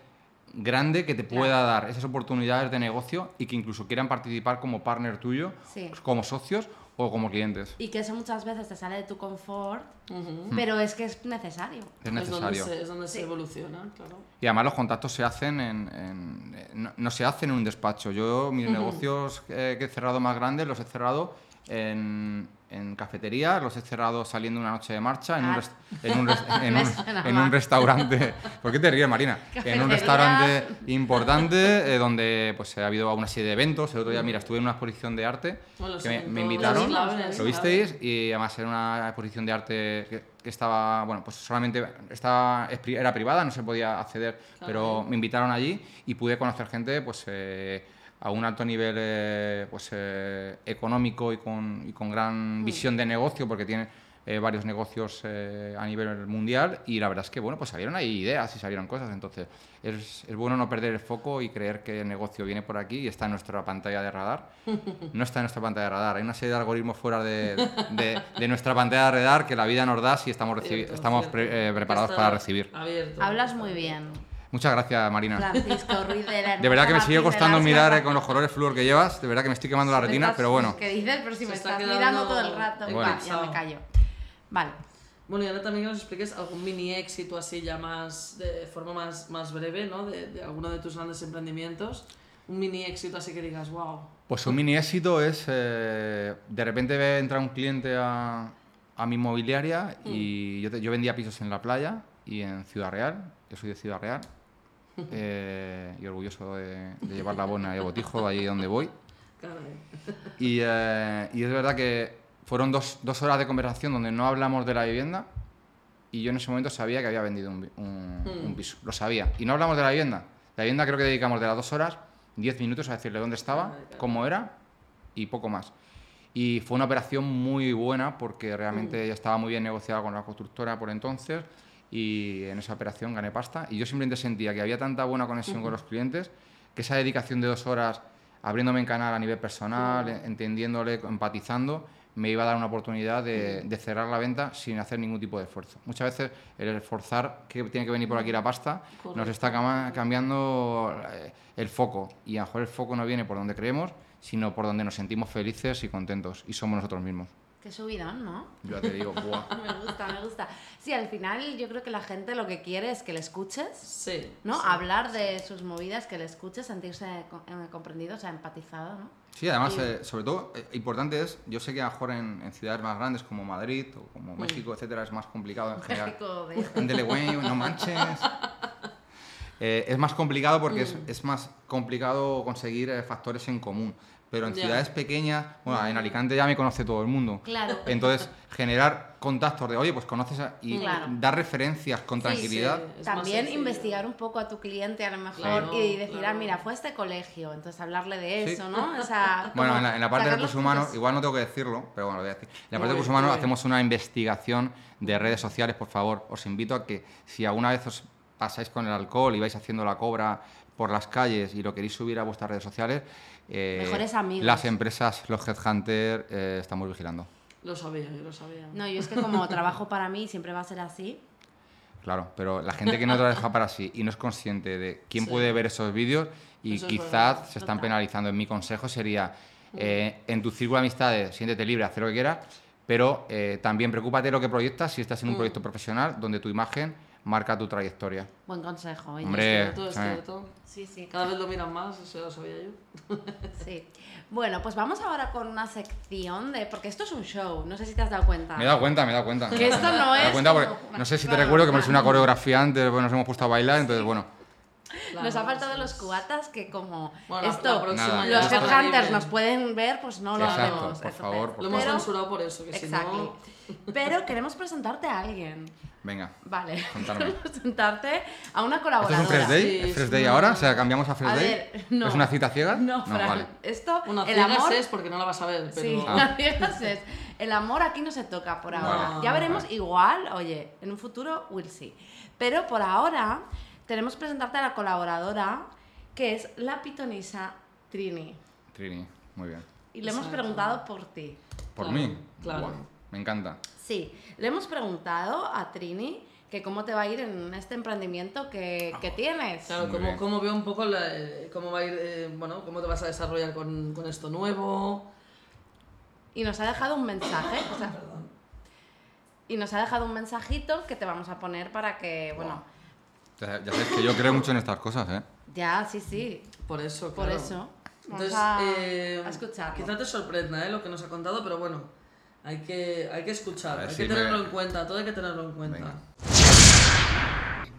Speaker 3: grande que te pueda
Speaker 1: Claro.
Speaker 3: dar esas oportunidades de negocio y que incluso quieran participar como partner tuyo,
Speaker 1: Sí.
Speaker 3: como socios o como clientes.
Speaker 1: Y que eso muchas veces te sale de tu confort,
Speaker 2: Ujú.
Speaker 1: pero es que es necesario.
Speaker 3: Es
Speaker 2: donde
Speaker 3: necesario.
Speaker 2: se, es donde se
Speaker 1: Sí.
Speaker 2: evoluciona, claro.
Speaker 3: Y además los contactos se hacen en... en- eh, no, no se hacen en un despacho. Yo mis negocios eh, que he cerrado más grandes los he cerrado en, en cafetería, los he cerrado saliendo una noche de marcha, en,
Speaker 1: Ah.
Speaker 3: un, res- en
Speaker 1: *laughs*
Speaker 3: un res- en
Speaker 1: Me
Speaker 3: un-
Speaker 1: suena
Speaker 3: en
Speaker 1: más.
Speaker 3: un restaurante... ¿Por qué te ríes, Marina? En
Speaker 1: Cafetería.
Speaker 3: un restaurante importante eh, donde pues ha habido una serie de eventos. El otro día, mira, estuve en una exposición de arte
Speaker 2: Bueno,
Speaker 3: que me-
Speaker 2: son
Speaker 3: me
Speaker 2: todos
Speaker 3: invitaron.
Speaker 2: claves,
Speaker 3: ¿Lo
Speaker 2: claves.
Speaker 3: visteis? Y además era una exposición de arte que, que estaba, bueno, pues solamente estaba, es pri- era privada, no se podía acceder, pero me invitaron allí y pude conocer gente, pues, eh, a un alto nivel eh, pues, eh, económico y con, y con gran visión de negocio, porque tienen eh, varios negocios eh, a nivel mundial y la verdad es que, bueno, pues salieron ahí ideas y salieron cosas, entonces es, es bueno no perder el foco y creer que el negocio viene por aquí y está en nuestra pantalla de radar no está en nuestra pantalla de radar. Hay una serie de algoritmos fuera de, de- de nuestra pantalla de radar que la vida nos da si estamos, recibi-
Speaker 2: Cierto,
Speaker 3: estamos
Speaker 2: cierto.
Speaker 3: pre- eh,
Speaker 2: Hay que
Speaker 3: preparados
Speaker 2: estar
Speaker 3: para recibir.
Speaker 2: Abierto.
Speaker 1: Hablas muy bien,
Speaker 3: Muchas gracias, Marina.
Speaker 1: Francisco Ruiz de la
Speaker 3: De verdad que me
Speaker 1: hermosa
Speaker 3: sigue
Speaker 1: Martín de
Speaker 3: costando
Speaker 1: las
Speaker 3: mirar eh,
Speaker 1: Gafas.
Speaker 3: con los colores flúor que llevas. De verdad que me estoy quemando la
Speaker 1: Me
Speaker 3: retina,
Speaker 1: estás-
Speaker 3: pero bueno.
Speaker 1: ¿Qué dices? Pero si
Speaker 2: Se
Speaker 1: me
Speaker 2: está
Speaker 1: estás
Speaker 2: quedando
Speaker 1: mirando todo el rato.
Speaker 3: Bueno.
Speaker 1: Va, ya me callo. Vale.
Speaker 2: Bueno, y ahora también que nos expliques algún mini éxito así ya más de forma más, más breve, ¿no? De, de alguno de tus grandes emprendimientos. Un mini éxito así que digas, wow.
Speaker 3: Pues un mini éxito es, eh, de repente ve entrar un cliente a, a mi inmobiliaria y yo, te- yo vendía pisos en la playa y en Ciudad Real, yo soy de Ciudad Real eh, y orgulloso de, de llevar la bona de botijo de allí donde voy.
Speaker 2: Caray.
Speaker 3: Y, eh, y es verdad que fueron dos, dos horas de conversación donde no hablamos de la vivienda y yo en ese momento sabía que había vendido un, vi- un-
Speaker 2: Mm.
Speaker 3: un piso, lo sabía. Y no hablamos de la vivienda. La vivienda creo que dedicamos de las dos horas, diez minutos a decirle dónde estaba,
Speaker 2: Vale, claro.
Speaker 3: cómo era y poco más. Y fue una operación muy buena porque realmente
Speaker 2: Mm.
Speaker 3: ya estaba muy bien negociada con la constructora por entonces y en esa operación gané pasta. Y yo simplemente sentía que había tanta buena conexión con los clientes que esa dedicación de dos horas abriéndome en canal a nivel personal,
Speaker 2: Claro.
Speaker 3: entendiéndole, empatizando, me iba a dar una oportunidad de, de cerrar la venta sin hacer ningún tipo de esfuerzo. Muchas veces el esforzar que tiene que venir por aquí la pasta nos
Speaker 2: Mm. Correcto.
Speaker 3: está cama- cambiando eh, el foco y a lo mejor el foco no viene por donde creemos, sino por donde nos sentimos felices y contentos y somos nosotros mismos.
Speaker 1: Qué subidón, ¿no?
Speaker 3: Yo ya te *laughs* digo, ¡buah!
Speaker 1: Me gusta, me gusta. Sí, al final yo creo que la gente lo que quiere es que le escuches,
Speaker 2: Sí.
Speaker 1: ¿no?
Speaker 2: sí.
Speaker 1: Hablar de sus movidas, que le escuches, sentirse co- eh, comprendido, o sea, empatizado, ¿no?
Speaker 3: Sí, además,
Speaker 1: Sí.
Speaker 3: eh, sobre todo, eh, importante es, yo sé que a lo mejor en, en ciudades más grandes como Madrid o como México, etcétera, es más complicado en general.
Speaker 1: México de...
Speaker 3: Ándele, güey, no manches. Eh, es más complicado porque es, es más complicado conseguir eh, factores en común. Pero en
Speaker 2: Ya.
Speaker 3: ciudades pequeñas, bueno, en Alicante ya me conoce todo el mundo.
Speaker 1: Claro.
Speaker 3: Entonces, generar contactos de, oye, pues conoces a- y
Speaker 1: Claro.
Speaker 3: dar referencias con
Speaker 1: Sí, sí.
Speaker 3: tranquilidad.
Speaker 2: Es más
Speaker 1: También
Speaker 2: sencillo.
Speaker 1: investigar un poco a tu cliente a lo mejor
Speaker 2: Claro,
Speaker 1: y decir, ah,
Speaker 2: claro.
Speaker 1: mira, fue a este colegio, entonces hablarle de
Speaker 3: Sí.
Speaker 1: eso,
Speaker 3: *laughs*
Speaker 1: ¿no? O sea,
Speaker 3: Bueno,
Speaker 1: como
Speaker 3: en la, en la parte de
Speaker 1: sacar los
Speaker 3: recursos humanos,
Speaker 1: puntos.
Speaker 3: igual no tengo que decirlo, pero bueno, lo voy a decir. En la
Speaker 2: Muy
Speaker 3: parte de
Speaker 2: bien,
Speaker 3: recursos humanos
Speaker 2: muy bien.
Speaker 3: hacemos una investigación de redes sociales, por favor. Os invito a que si alguna vez os pasáis con el alcohol y vais haciendo la cobra por las calles y lo queréis subir a vuestras redes sociales, eh,
Speaker 1: Mejores amigos.
Speaker 3: las empresas, los headhunters, eh, estamos vigilando.
Speaker 2: Lo sabía, yo lo sabía.
Speaker 1: No, yo es que
Speaker 3: *laughs*
Speaker 1: como trabajo para mí siempre va a ser así.
Speaker 3: Claro, pero la gente que no trabaja para sí y no es consciente de quién
Speaker 2: Sí.
Speaker 3: puede ver esos vídeos y
Speaker 2: Eso es
Speaker 3: quizás
Speaker 2: verdad,
Speaker 3: se están
Speaker 1: total.
Speaker 3: penalizando. Mi consejo sería, eh, en tu círculo de amistades, siéntete libre, haz lo que quieras, pero eh, también preocúpate de lo que proyectas si estás en
Speaker 1: Mm.
Speaker 3: un proyecto profesional donde tu imagen marca tu trayectoria.
Speaker 1: Buen consejo. oye.
Speaker 3: Hombre.
Speaker 2: Es cierto, es
Speaker 3: eh.
Speaker 2: cierto.
Speaker 1: Sí, sí.
Speaker 2: Cada vez lo miran más, eso ya lo sabía yo.
Speaker 1: Sí. Bueno, pues vamos ahora con una sección de. Porque esto es un show, no sé si te has dado cuenta.
Speaker 3: Me he dado cuenta, me he dado cuenta.
Speaker 1: Ah. Que esto no
Speaker 3: Me he dado
Speaker 1: es
Speaker 3: cuenta
Speaker 1: como-
Speaker 3: porque no sé si te
Speaker 1: Claro,
Speaker 3: recuerdo que me
Speaker 1: claro.
Speaker 3: hice una coreografía antes, bueno, nos hemos puesto a bailar, entonces bueno.
Speaker 1: Nos ha
Speaker 2: Claro,
Speaker 1: faltado
Speaker 2: sí.
Speaker 1: los cubatas que, como
Speaker 2: Bueno, la- la
Speaker 1: esto,
Speaker 2: próxima
Speaker 3: Nada,
Speaker 2: ya
Speaker 1: los
Speaker 2: está
Speaker 1: headhunters
Speaker 2: libre.
Speaker 1: nos pueden ver, pues no lo
Speaker 3: Exacto,
Speaker 1: hacemos.
Speaker 3: por
Speaker 1: entonces.
Speaker 3: favor, por
Speaker 2: Lo hemos
Speaker 1: Pero-
Speaker 2: censurado por eso, que si
Speaker 1: Exactly.
Speaker 2: no...
Speaker 1: Pero queremos presentarte a alguien.
Speaker 3: Venga.
Speaker 1: Vale. *laughs*
Speaker 3: Contarme.
Speaker 1: Queremos presentarte a una
Speaker 3: ¿Esto es
Speaker 1: colaboradora.
Speaker 3: un fresh day?
Speaker 2: Sí,
Speaker 3: ¿Es
Speaker 2: es
Speaker 3: fresh day
Speaker 2: una-
Speaker 3: ahora? ¿O sea, cambiamos a fresh
Speaker 1: A
Speaker 3: day?
Speaker 1: ver, no.
Speaker 3: ¿Es una cita ciega?
Speaker 1: No, Fran.
Speaker 3: vale.
Speaker 1: Esto,
Speaker 2: Una
Speaker 1: el
Speaker 2: ciega
Speaker 1: amor.
Speaker 2: es porque no la vas a ver, pero...
Speaker 1: Sí,
Speaker 3: Ah.
Speaker 1: *laughs* ciegas es. El amor aquí no se toca por ahora.
Speaker 2: Vale.
Speaker 1: ya veremos
Speaker 3: Vale.
Speaker 1: igual, oye, en un futuro, we'll see. Pero por ahora, tenemos que presentarte a la colaboradora, que es la pitonisa Trini.
Speaker 3: Trini, muy bien.
Speaker 1: Y le hemos
Speaker 2: Exacto.
Speaker 1: preguntado por ti.
Speaker 3: ¿Por
Speaker 2: Claro,
Speaker 3: mí?
Speaker 2: claro.
Speaker 3: Buah, me encanta.
Speaker 1: Sí, le hemos preguntado a Trini que cómo te va a ir en este emprendimiento que,
Speaker 3: Ah.
Speaker 1: que tienes.
Speaker 2: Claro,
Speaker 3: Muy
Speaker 2: como,
Speaker 3: bien.
Speaker 2: como veo un poco la- eh, cómo va a ir, eh, bueno, cómo te vas a desarrollar con, con esto nuevo.
Speaker 1: Y nos ha dejado un mensaje. o sea, y nos ha dejado un mensajito que te vamos a poner para que, bueno,
Speaker 3: Ya ya sabes que yo creo mucho en estas cosas, ¿eh?
Speaker 1: ya, sí, sí,
Speaker 2: Por eso,
Speaker 1: Por
Speaker 2: claro.
Speaker 1: eso. Vamos
Speaker 2: Entonces,
Speaker 1: a,
Speaker 2: eh,
Speaker 1: a escucharlo.
Speaker 2: Quizá te sorprenda eh, lo que nos ha contado, pero bueno, hay que, hay que escuchar,
Speaker 3: A ver
Speaker 2: hay
Speaker 3: si
Speaker 2: que tenerlo
Speaker 3: me-
Speaker 2: en cuenta, todo hay que tenerlo en cuenta.
Speaker 3: Venga.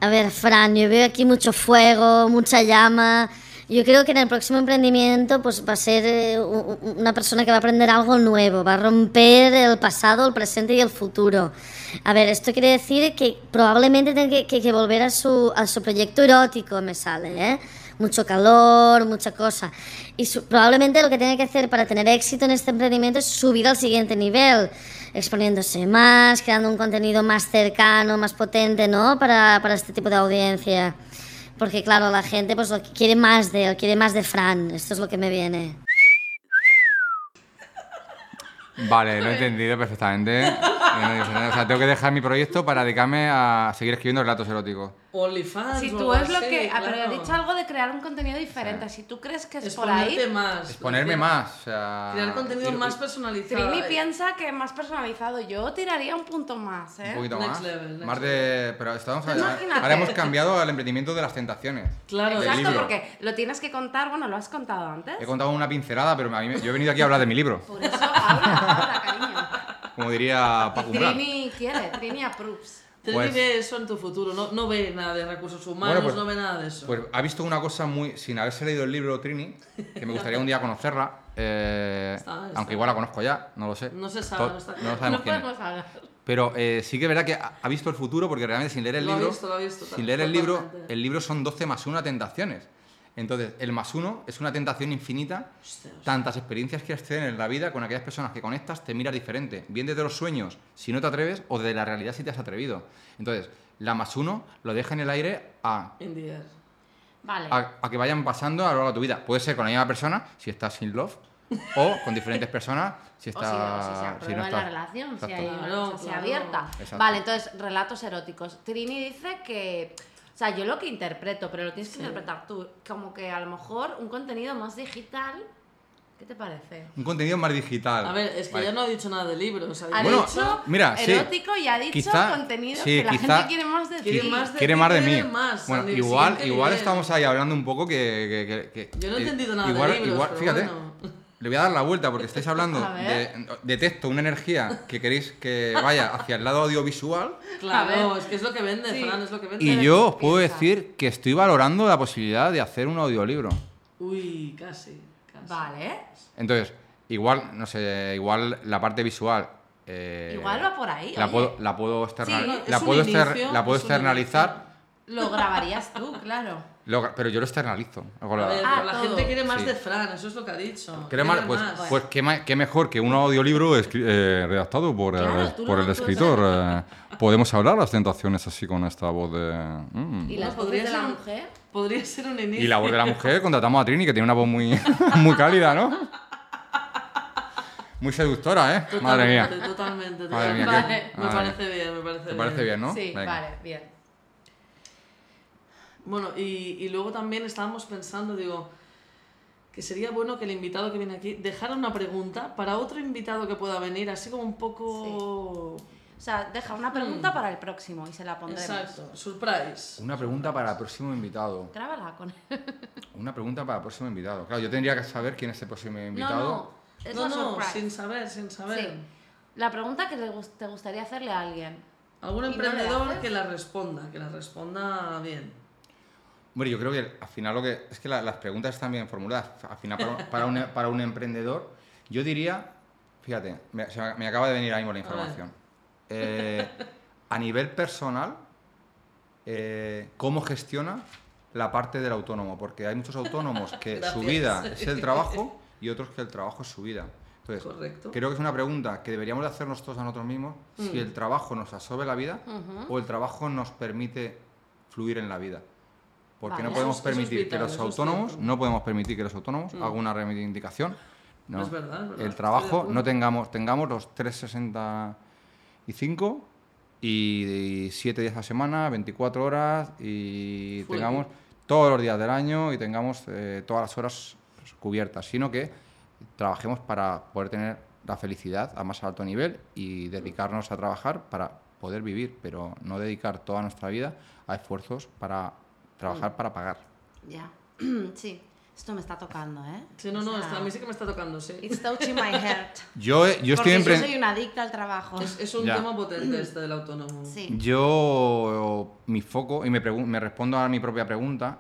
Speaker 4: A ver, Fran, yo veo aquí mucho fuego, mucha llama. Yo creo que en el próximo emprendimiento pues, va a ser eh, u- u- una persona que va a aprender algo nuevo, va a romper el pasado, el presente y el futuro. A ver, esto quiere decir que probablemente tenga que, que- que volver a su, a su proyecto erótico, me sale, ¿eh? Mucho calor, mucha cosa. Y su- probablemente lo que tenga que hacer para tener éxito en este emprendimiento es subir al siguiente nivel exponiéndose más, creando un contenido más cercano, más potente, ¿no? Para, para este tipo de audiencia. Porque claro, la gente pues lo que quiere más de él, quiere más de Fran. Esto es lo que me viene.
Speaker 2: *laughs*
Speaker 3: Vale, lo he entendido perfectamente. ¿eh? O sea, tengo que dejar mi proyecto para dedicarme a seguir escribiendo relatos eróticos.
Speaker 2: OnlyFans.
Speaker 1: Si
Speaker 2: o
Speaker 1: tú
Speaker 2: algo
Speaker 1: es lo
Speaker 2: así,
Speaker 1: que. ah, Pero he
Speaker 2: claro.
Speaker 1: dicho algo de crear un contenido diferente. Si tú crees que es,
Speaker 2: Es
Speaker 1: por ahí.
Speaker 2: ponerte más.
Speaker 3: Es ponerme más. O sea,
Speaker 2: Crear contenido
Speaker 3: ir-
Speaker 2: más personalizado.
Speaker 1: Trini piensa que más personalizado. Yo tiraría un punto más, ¿eh?
Speaker 3: Un poquito
Speaker 2: Next
Speaker 3: más.
Speaker 2: level, next
Speaker 3: más de. Pero estamos
Speaker 1: Imagínate.
Speaker 3: ahora hemos cambiado al emprendimiento de las tentaciones.
Speaker 2: Claro,
Speaker 3: Del
Speaker 1: Exacto,
Speaker 3: libro.
Speaker 1: porque lo tienes que contar. Bueno, lo has contado antes.
Speaker 3: He contado una pincelada, pero a mí me- yo he venido aquí a hablar de mi libro,
Speaker 1: Por eso habla, habla, cariño.
Speaker 3: como diría
Speaker 1: Y
Speaker 3: Paco Murat.
Speaker 1: Trini quiere, Trini approves.
Speaker 2: Trini
Speaker 3: Pues-
Speaker 2: ve eso en tu futuro. No, no ve nada de recursos humanos,
Speaker 3: pues-
Speaker 2: no ve nada de eso.
Speaker 3: Pues ha visto una cosa muy. sin haberse leído el libro Trini, que me gustaría un día conocerla. eh,
Speaker 2: Está- está.
Speaker 3: Aunque igual la conozco ya, no lo sé.
Speaker 2: No se sabe,
Speaker 3: To-
Speaker 2: no está-
Speaker 3: no lo sabemos
Speaker 1: no
Speaker 3: quién es.
Speaker 1: podemos hablar.
Speaker 3: Pero eh, sí que es verdad que ha ha visto el futuro, porque realmente sin leer el
Speaker 2: Lo ha
Speaker 3: libro.
Speaker 2: visto, lo ha visto,
Speaker 3: sin leer el libro,
Speaker 2: totalmente.
Speaker 3: el libro son 12 más 1 tentaciones. Entonces, el más uno es una tentación infinita.
Speaker 2: Hostia, hostia.
Speaker 3: Tantas experiencias que tienes en la vida con aquellas personas que conectas, te miras diferente. Bien desde los sueños, si no te atreves, o desde la realidad si te has atrevido. Entonces, la más uno lo deja en el aire a,
Speaker 2: In the air.
Speaker 1: Vale.
Speaker 3: a, a que vayan pasando a lo largo de tu vida. Puede ser con la misma persona, si estás sin love, o con diferentes personas,
Speaker 1: *laughs*
Speaker 3: si
Speaker 1: O si, no, si
Speaker 3: estás...
Speaker 1: se aprueba la
Speaker 3: estás-
Speaker 1: relación, si
Speaker 3: Exacto.
Speaker 1: hay una
Speaker 2: Claro,
Speaker 1: cosa así
Speaker 2: claro.
Speaker 1: abierta.
Speaker 3: Exacto.
Speaker 1: Vale, entonces, relatos eróticos. Trini dice que. O sea, yo lo que interpreto, pero lo tienes que
Speaker 2: Sí.
Speaker 1: interpretar tú. Como que a lo mejor un contenido más digital. ¿Qué te parece?
Speaker 3: Un contenido más digital.
Speaker 2: A ver, es que
Speaker 3: Vale.
Speaker 2: ya no ha dicho nada de libro. O sea,
Speaker 1: Ha
Speaker 2: ya-
Speaker 3: Bueno,
Speaker 1: dicho
Speaker 3: mira, sí.
Speaker 1: erótico y ha dicho
Speaker 3: Quizá-
Speaker 1: contenido
Speaker 3: sí,
Speaker 1: que la
Speaker 3: quizá-
Speaker 1: gente quiere más de
Speaker 2: Quiere
Speaker 1: ti.
Speaker 2: más de-
Speaker 3: Quiere más de mí.
Speaker 2: Quiere más,
Speaker 3: bueno,
Speaker 2: al nivel
Speaker 3: igual,
Speaker 2: siguiente
Speaker 3: igual
Speaker 2: nivel.
Speaker 3: estamos ahí hablando un poco que... que- que-
Speaker 2: Yo no he
Speaker 3: que-
Speaker 2: entendido nada de libros, pero
Speaker 3: fíjate,
Speaker 2: bueno.
Speaker 3: le voy a dar la vuelta
Speaker 2: *laughs*
Speaker 3: porque estáis hablando
Speaker 1: A ver.
Speaker 3: de, de texto, una energía que queréis que vaya hacia el
Speaker 2: *laughs*
Speaker 3: lado audiovisual.
Speaker 1: A
Speaker 2: Claro,
Speaker 1: ver.
Speaker 2: es que es lo que vende,
Speaker 1: Sí.
Speaker 2: Fran, es lo que vende.
Speaker 3: Y yo os puedo
Speaker 1: piensa.
Speaker 3: decir que estoy valorando la posibilidad de hacer un audiolibro.
Speaker 2: Uy, casi. casi.
Speaker 1: Vale.
Speaker 3: Entonces, igual, no sé, igual la parte visual... eh,
Speaker 1: Igual va por ahí,
Speaker 3: La
Speaker 1: oye.
Speaker 3: puedo, la puedo, externar-
Speaker 1: Sí,
Speaker 2: es
Speaker 3: la
Speaker 2: un
Speaker 3: puedo, exter-
Speaker 2: inicio,
Speaker 3: la puedo
Speaker 2: es un
Speaker 3: externalizar,
Speaker 1: Lo grabarías tú, *laughs* claro.
Speaker 3: lo- pero yo lo externalizo. Hago
Speaker 2: A
Speaker 3: la-
Speaker 2: ver,
Speaker 1: Ah,
Speaker 2: pero la
Speaker 1: todo.
Speaker 2: gente quiere más
Speaker 3: Sí.
Speaker 2: de Fran, eso es lo que ha dicho.
Speaker 3: Quiere más, pues,
Speaker 2: más.
Speaker 3: pues qué, ma- qué mejor que un audiolibro escri- eh, redactado por, eh,
Speaker 1: Claro, tú
Speaker 3: por
Speaker 1: lo-
Speaker 3: el
Speaker 1: tú- *laughs*
Speaker 3: escritor. eh, podemos hablar las tentaciones así con esta voz de... mm.
Speaker 1: Y
Speaker 2: Bueno,
Speaker 1: las
Speaker 2: podría
Speaker 1: podrías de la
Speaker 2: ser un-
Speaker 1: mujer.
Speaker 2: Podría ser un inicio.
Speaker 3: Y la voz de la mujer, contratamos a Trini, que tiene una voz muy, *laughs* muy cálida, ¿no? Muy seductora, ¿eh? Madre
Speaker 2: Totalmente,
Speaker 3: mía.
Speaker 2: Totalmente,
Speaker 3: Madre mía,
Speaker 2: totalmente.
Speaker 1: qué-
Speaker 2: Me
Speaker 3: madre mía.
Speaker 2: parece bien, me parece
Speaker 3: ¿Te parece bien, no?
Speaker 1: Sí,
Speaker 3: Venga.
Speaker 1: vale, bien.
Speaker 2: Bueno, y, y luego también estábamos pensando, digo, que sería bueno que el invitado que viene aquí dejara una pregunta para otro invitado que pueda venir, así como un poco...
Speaker 1: O sea, deja una pregunta para el próximo y se la pondremos.
Speaker 2: Hmm. Exacto, surprise.
Speaker 3: Una pregunta para el próximo invitado.
Speaker 1: Grábala con él.
Speaker 3: Una pregunta para el próximo invitado. Claro, yo tendría que saber quién es el próximo invitado.
Speaker 1: No, no. Es
Speaker 2: no,
Speaker 1: la
Speaker 2: no,
Speaker 1: surprise.
Speaker 2: sin saber, sin saber.
Speaker 1: Sí. La pregunta que le gus- te gustaría hacerle a alguien.
Speaker 2: Algún
Speaker 1: ¿Y no le
Speaker 2: emprendedor
Speaker 1: haces?
Speaker 2: que la responda, que la responda bien.
Speaker 3: Hombre, yo creo que al final lo que. Es que la- las preguntas están bien formuladas. Al final, para un, para un- para un emprendedor, yo diría. Fíjate, me, se me- me acaba de venir ahí mismo la
Speaker 2: ver.
Speaker 3: información. Eh, a nivel personal, eh, ¿cómo gestiona la parte del autónomo? Porque hay muchos autónomos que su
Speaker 2: Gracias.
Speaker 3: vida es el trabajo y otros que el trabajo es su vida. Entonces,
Speaker 2: Correcto.
Speaker 3: creo que es una pregunta que deberíamos de hacernos todos a nosotros mismos:
Speaker 2: Mm.
Speaker 3: si el trabajo nos absorbe la vida o el trabajo nos permite fluir en la vida. Porque
Speaker 1: Vale,
Speaker 3: no
Speaker 1: eso
Speaker 3: podemos
Speaker 2: es- eso es
Speaker 3: permitir
Speaker 2: vital,
Speaker 3: que los
Speaker 2: eso es
Speaker 3: autónomos,
Speaker 2: cierto. Mm.
Speaker 3: no podemos permitir que los autónomos hagan una reivindicación. No.
Speaker 2: Es verdad, es verdad,
Speaker 3: El
Speaker 2: estoy de
Speaker 3: trabajo
Speaker 2: acuerdo.
Speaker 3: no tengamos, tengamos los 365 y 7 días a la semana, 24 horas y
Speaker 2: Full.
Speaker 3: tengamos todos los días del año y tengamos eh, todas las horas cubiertas, sino que trabajemos para poder tener la felicidad a más alto nivel y dedicarnos a trabajar para poder vivir, pero no dedicar toda nuestra vida a esfuerzos para trabajar para pagar.
Speaker 1: Ya. *clears throat* sí. Esto me está tocando, ¿eh?
Speaker 2: Sí, no, no,
Speaker 1: O sea,
Speaker 2: está- a mí sí que me está tocando, sí.
Speaker 1: It's touching my *laughs* heart.
Speaker 3: Yo, eh, yo estoy
Speaker 1: Porque yo
Speaker 3: emprend-
Speaker 1: soy una adicta al trabajo.
Speaker 2: Es, es un
Speaker 3: Ya.
Speaker 2: tema potente este del autónomo.
Speaker 3: Mm.
Speaker 1: Sí.
Speaker 3: Yo, mi foco, y me, pregun- me respondo a mi propia pregunta.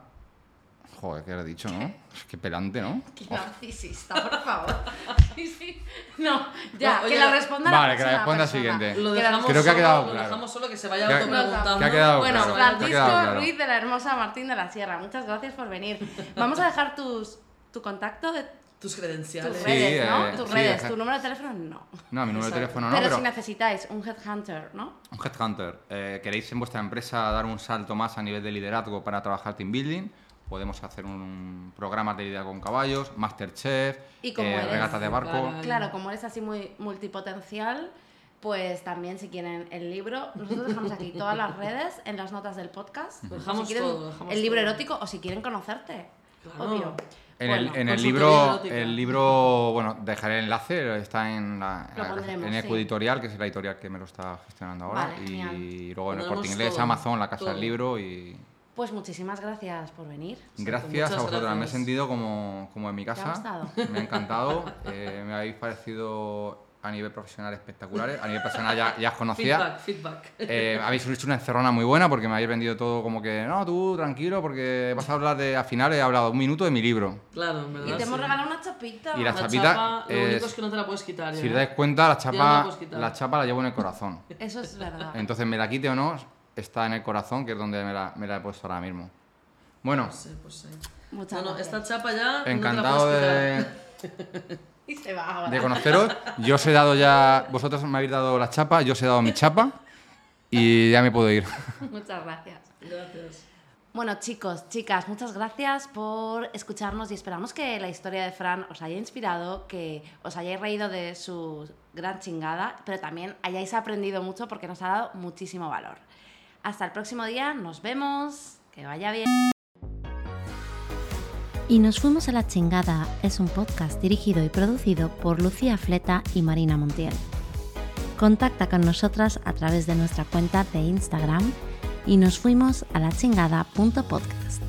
Speaker 3: Joder, ¿qué has dicho, no? Es que pelante, ¿no?
Speaker 1: Qué narcisista, por *laughs* favor. Sí, sí. No, ya,
Speaker 2: No, oye,
Speaker 1: que la responda la
Speaker 3: Vale, que
Speaker 1: persona,
Speaker 3: la responda
Speaker 1: persona.
Speaker 3: siguiente.
Speaker 2: Lo
Speaker 1: Que la
Speaker 2: dejamos
Speaker 3: Creo que ha
Speaker 2: solo,
Speaker 3: quedado
Speaker 2: lo
Speaker 3: claro.
Speaker 2: dejamos solo que se vaya
Speaker 3: Que ha-
Speaker 2: autopreguntando.
Speaker 3: que ha quedado
Speaker 1: Bueno,
Speaker 3: claro.
Speaker 1: Francisco
Speaker 3: Te ha quedado claro.
Speaker 1: Ruiz de la hermosa Martín de la Sierra, muchas gracias por venir. Vamos a dejar tus, tu contacto de
Speaker 2: Tus
Speaker 1: tus
Speaker 2: credenciales.
Speaker 3: Sí,
Speaker 1: redes, ¿no?
Speaker 3: eh,
Speaker 1: tus
Speaker 3: sí,
Speaker 1: redes,
Speaker 3: deja-
Speaker 1: tu número de teléfono no.
Speaker 3: No, mi número de
Speaker 2: Exacto.
Speaker 3: teléfono no,
Speaker 1: pero,
Speaker 3: pero
Speaker 1: si necesitáis un headhunter, ¿no?
Speaker 3: un headhunter. eh, ¿Queréis en vuestra empresa dar un salto más a nivel de liderazgo para trabajar team building? podemos hacer un programa de lidia con caballos, Masterchef,
Speaker 1: Y como eres-
Speaker 3: regatas de barco.
Speaker 2: Claro.
Speaker 1: Claro, como eres así muy multipotencial, pues también si quieren el libro, nosotros dejamos aquí todas las redes en las notas del podcast.
Speaker 2: Lo
Speaker 1: Por si
Speaker 2: dejamos
Speaker 1: quieren
Speaker 2: todo, dejamos
Speaker 1: el libro
Speaker 2: todo.
Speaker 1: erótico o si quieren conocerte.
Speaker 2: Claro.
Speaker 1: Obvio.
Speaker 3: En
Speaker 1: Bueno,
Speaker 3: el, en el
Speaker 2: consultoría
Speaker 3: libro,
Speaker 2: erótica.
Speaker 3: el libro, bueno, dejaré el enlace, está en la, en
Speaker 1: Lo
Speaker 3: la-
Speaker 1: pondremos,
Speaker 3: en Eco
Speaker 1: sí.
Speaker 3: Editorial, que es la editorial que me lo está gestionando ahora,
Speaker 1: Vale,
Speaker 3: y
Speaker 1: genial.
Speaker 3: luego en el
Speaker 2: Pondremos
Speaker 3: Corte Inglés,
Speaker 2: todo,
Speaker 3: Amazon, la Casa del
Speaker 2: todo.
Speaker 3: Libro y
Speaker 1: Pues muchísimas gracias por venir.
Speaker 3: gracias
Speaker 2: muchas
Speaker 3: a vosotras, me he
Speaker 2: gracias.
Speaker 3: sentido como, como en mi
Speaker 1: ha
Speaker 3: casa,
Speaker 1: gustado?
Speaker 3: me ha
Speaker 1: *laughs*
Speaker 3: encantado, eh, me habéis parecido a nivel profesional espectaculares, a nivel personal ya, ya os conocía.
Speaker 2: Feedback, feedback.
Speaker 3: Eh, habéis hecho una encerrona muy buena porque me habéis vendido todo como que, no, tú tranquilo, porque vas a hablar de, al final he hablado un minuto de mi libro.
Speaker 2: Claro, en verdad.
Speaker 1: Y te hemos
Speaker 2: sí.
Speaker 1: regalado una chapita.
Speaker 3: Ah, Y la
Speaker 2: La
Speaker 3: chapita
Speaker 2: chapa, lo
Speaker 3: es-
Speaker 2: único es que no te la puedes quitar. ¿eh?
Speaker 3: Si
Speaker 2: ya.
Speaker 3: os dais cuenta, la
Speaker 2: la
Speaker 3: chapa,
Speaker 2: puedes quitar.
Speaker 3: la chapa la llevo en el corazón.
Speaker 1: Eso es verdad.
Speaker 3: Entonces, me la quite o no, está en el corazón, que es donde me la, me la he puesto ahora mismo. Bueno,
Speaker 2: Pues sí, pues sí.
Speaker 1: Muchas
Speaker 2: No, no,
Speaker 1: gracias.
Speaker 2: esta chapa ya.
Speaker 3: encantado
Speaker 2: no te la puedes
Speaker 3: de,
Speaker 1: Y se va ahora.
Speaker 3: de conoceros. Yo os he dado ya, vosotros me habéis dado la chapa, yo os he dado mi chapa y ya me puedo ir.
Speaker 1: *laughs* Muchas gracias.
Speaker 2: quitar. Gracias.
Speaker 1: Bueno, chicos, chicas, muchas gracias por escucharnos y esperamos que la historia de Fran os haya inspirado, que os hayáis reído de su gran chingada, pero también hayáis aprendido mucho porque nos ha dado muchísimo valor. Hasta el próximo día, nos vemos, que vaya bien.
Speaker 5: Y nos fuimos a la chingada es un podcast dirigido y producido por Lucía Fleta y Marina Montiel. Contacta con nosotras a través de nuestra cuenta de Instagram y nos fuimos a la chingada.podcast.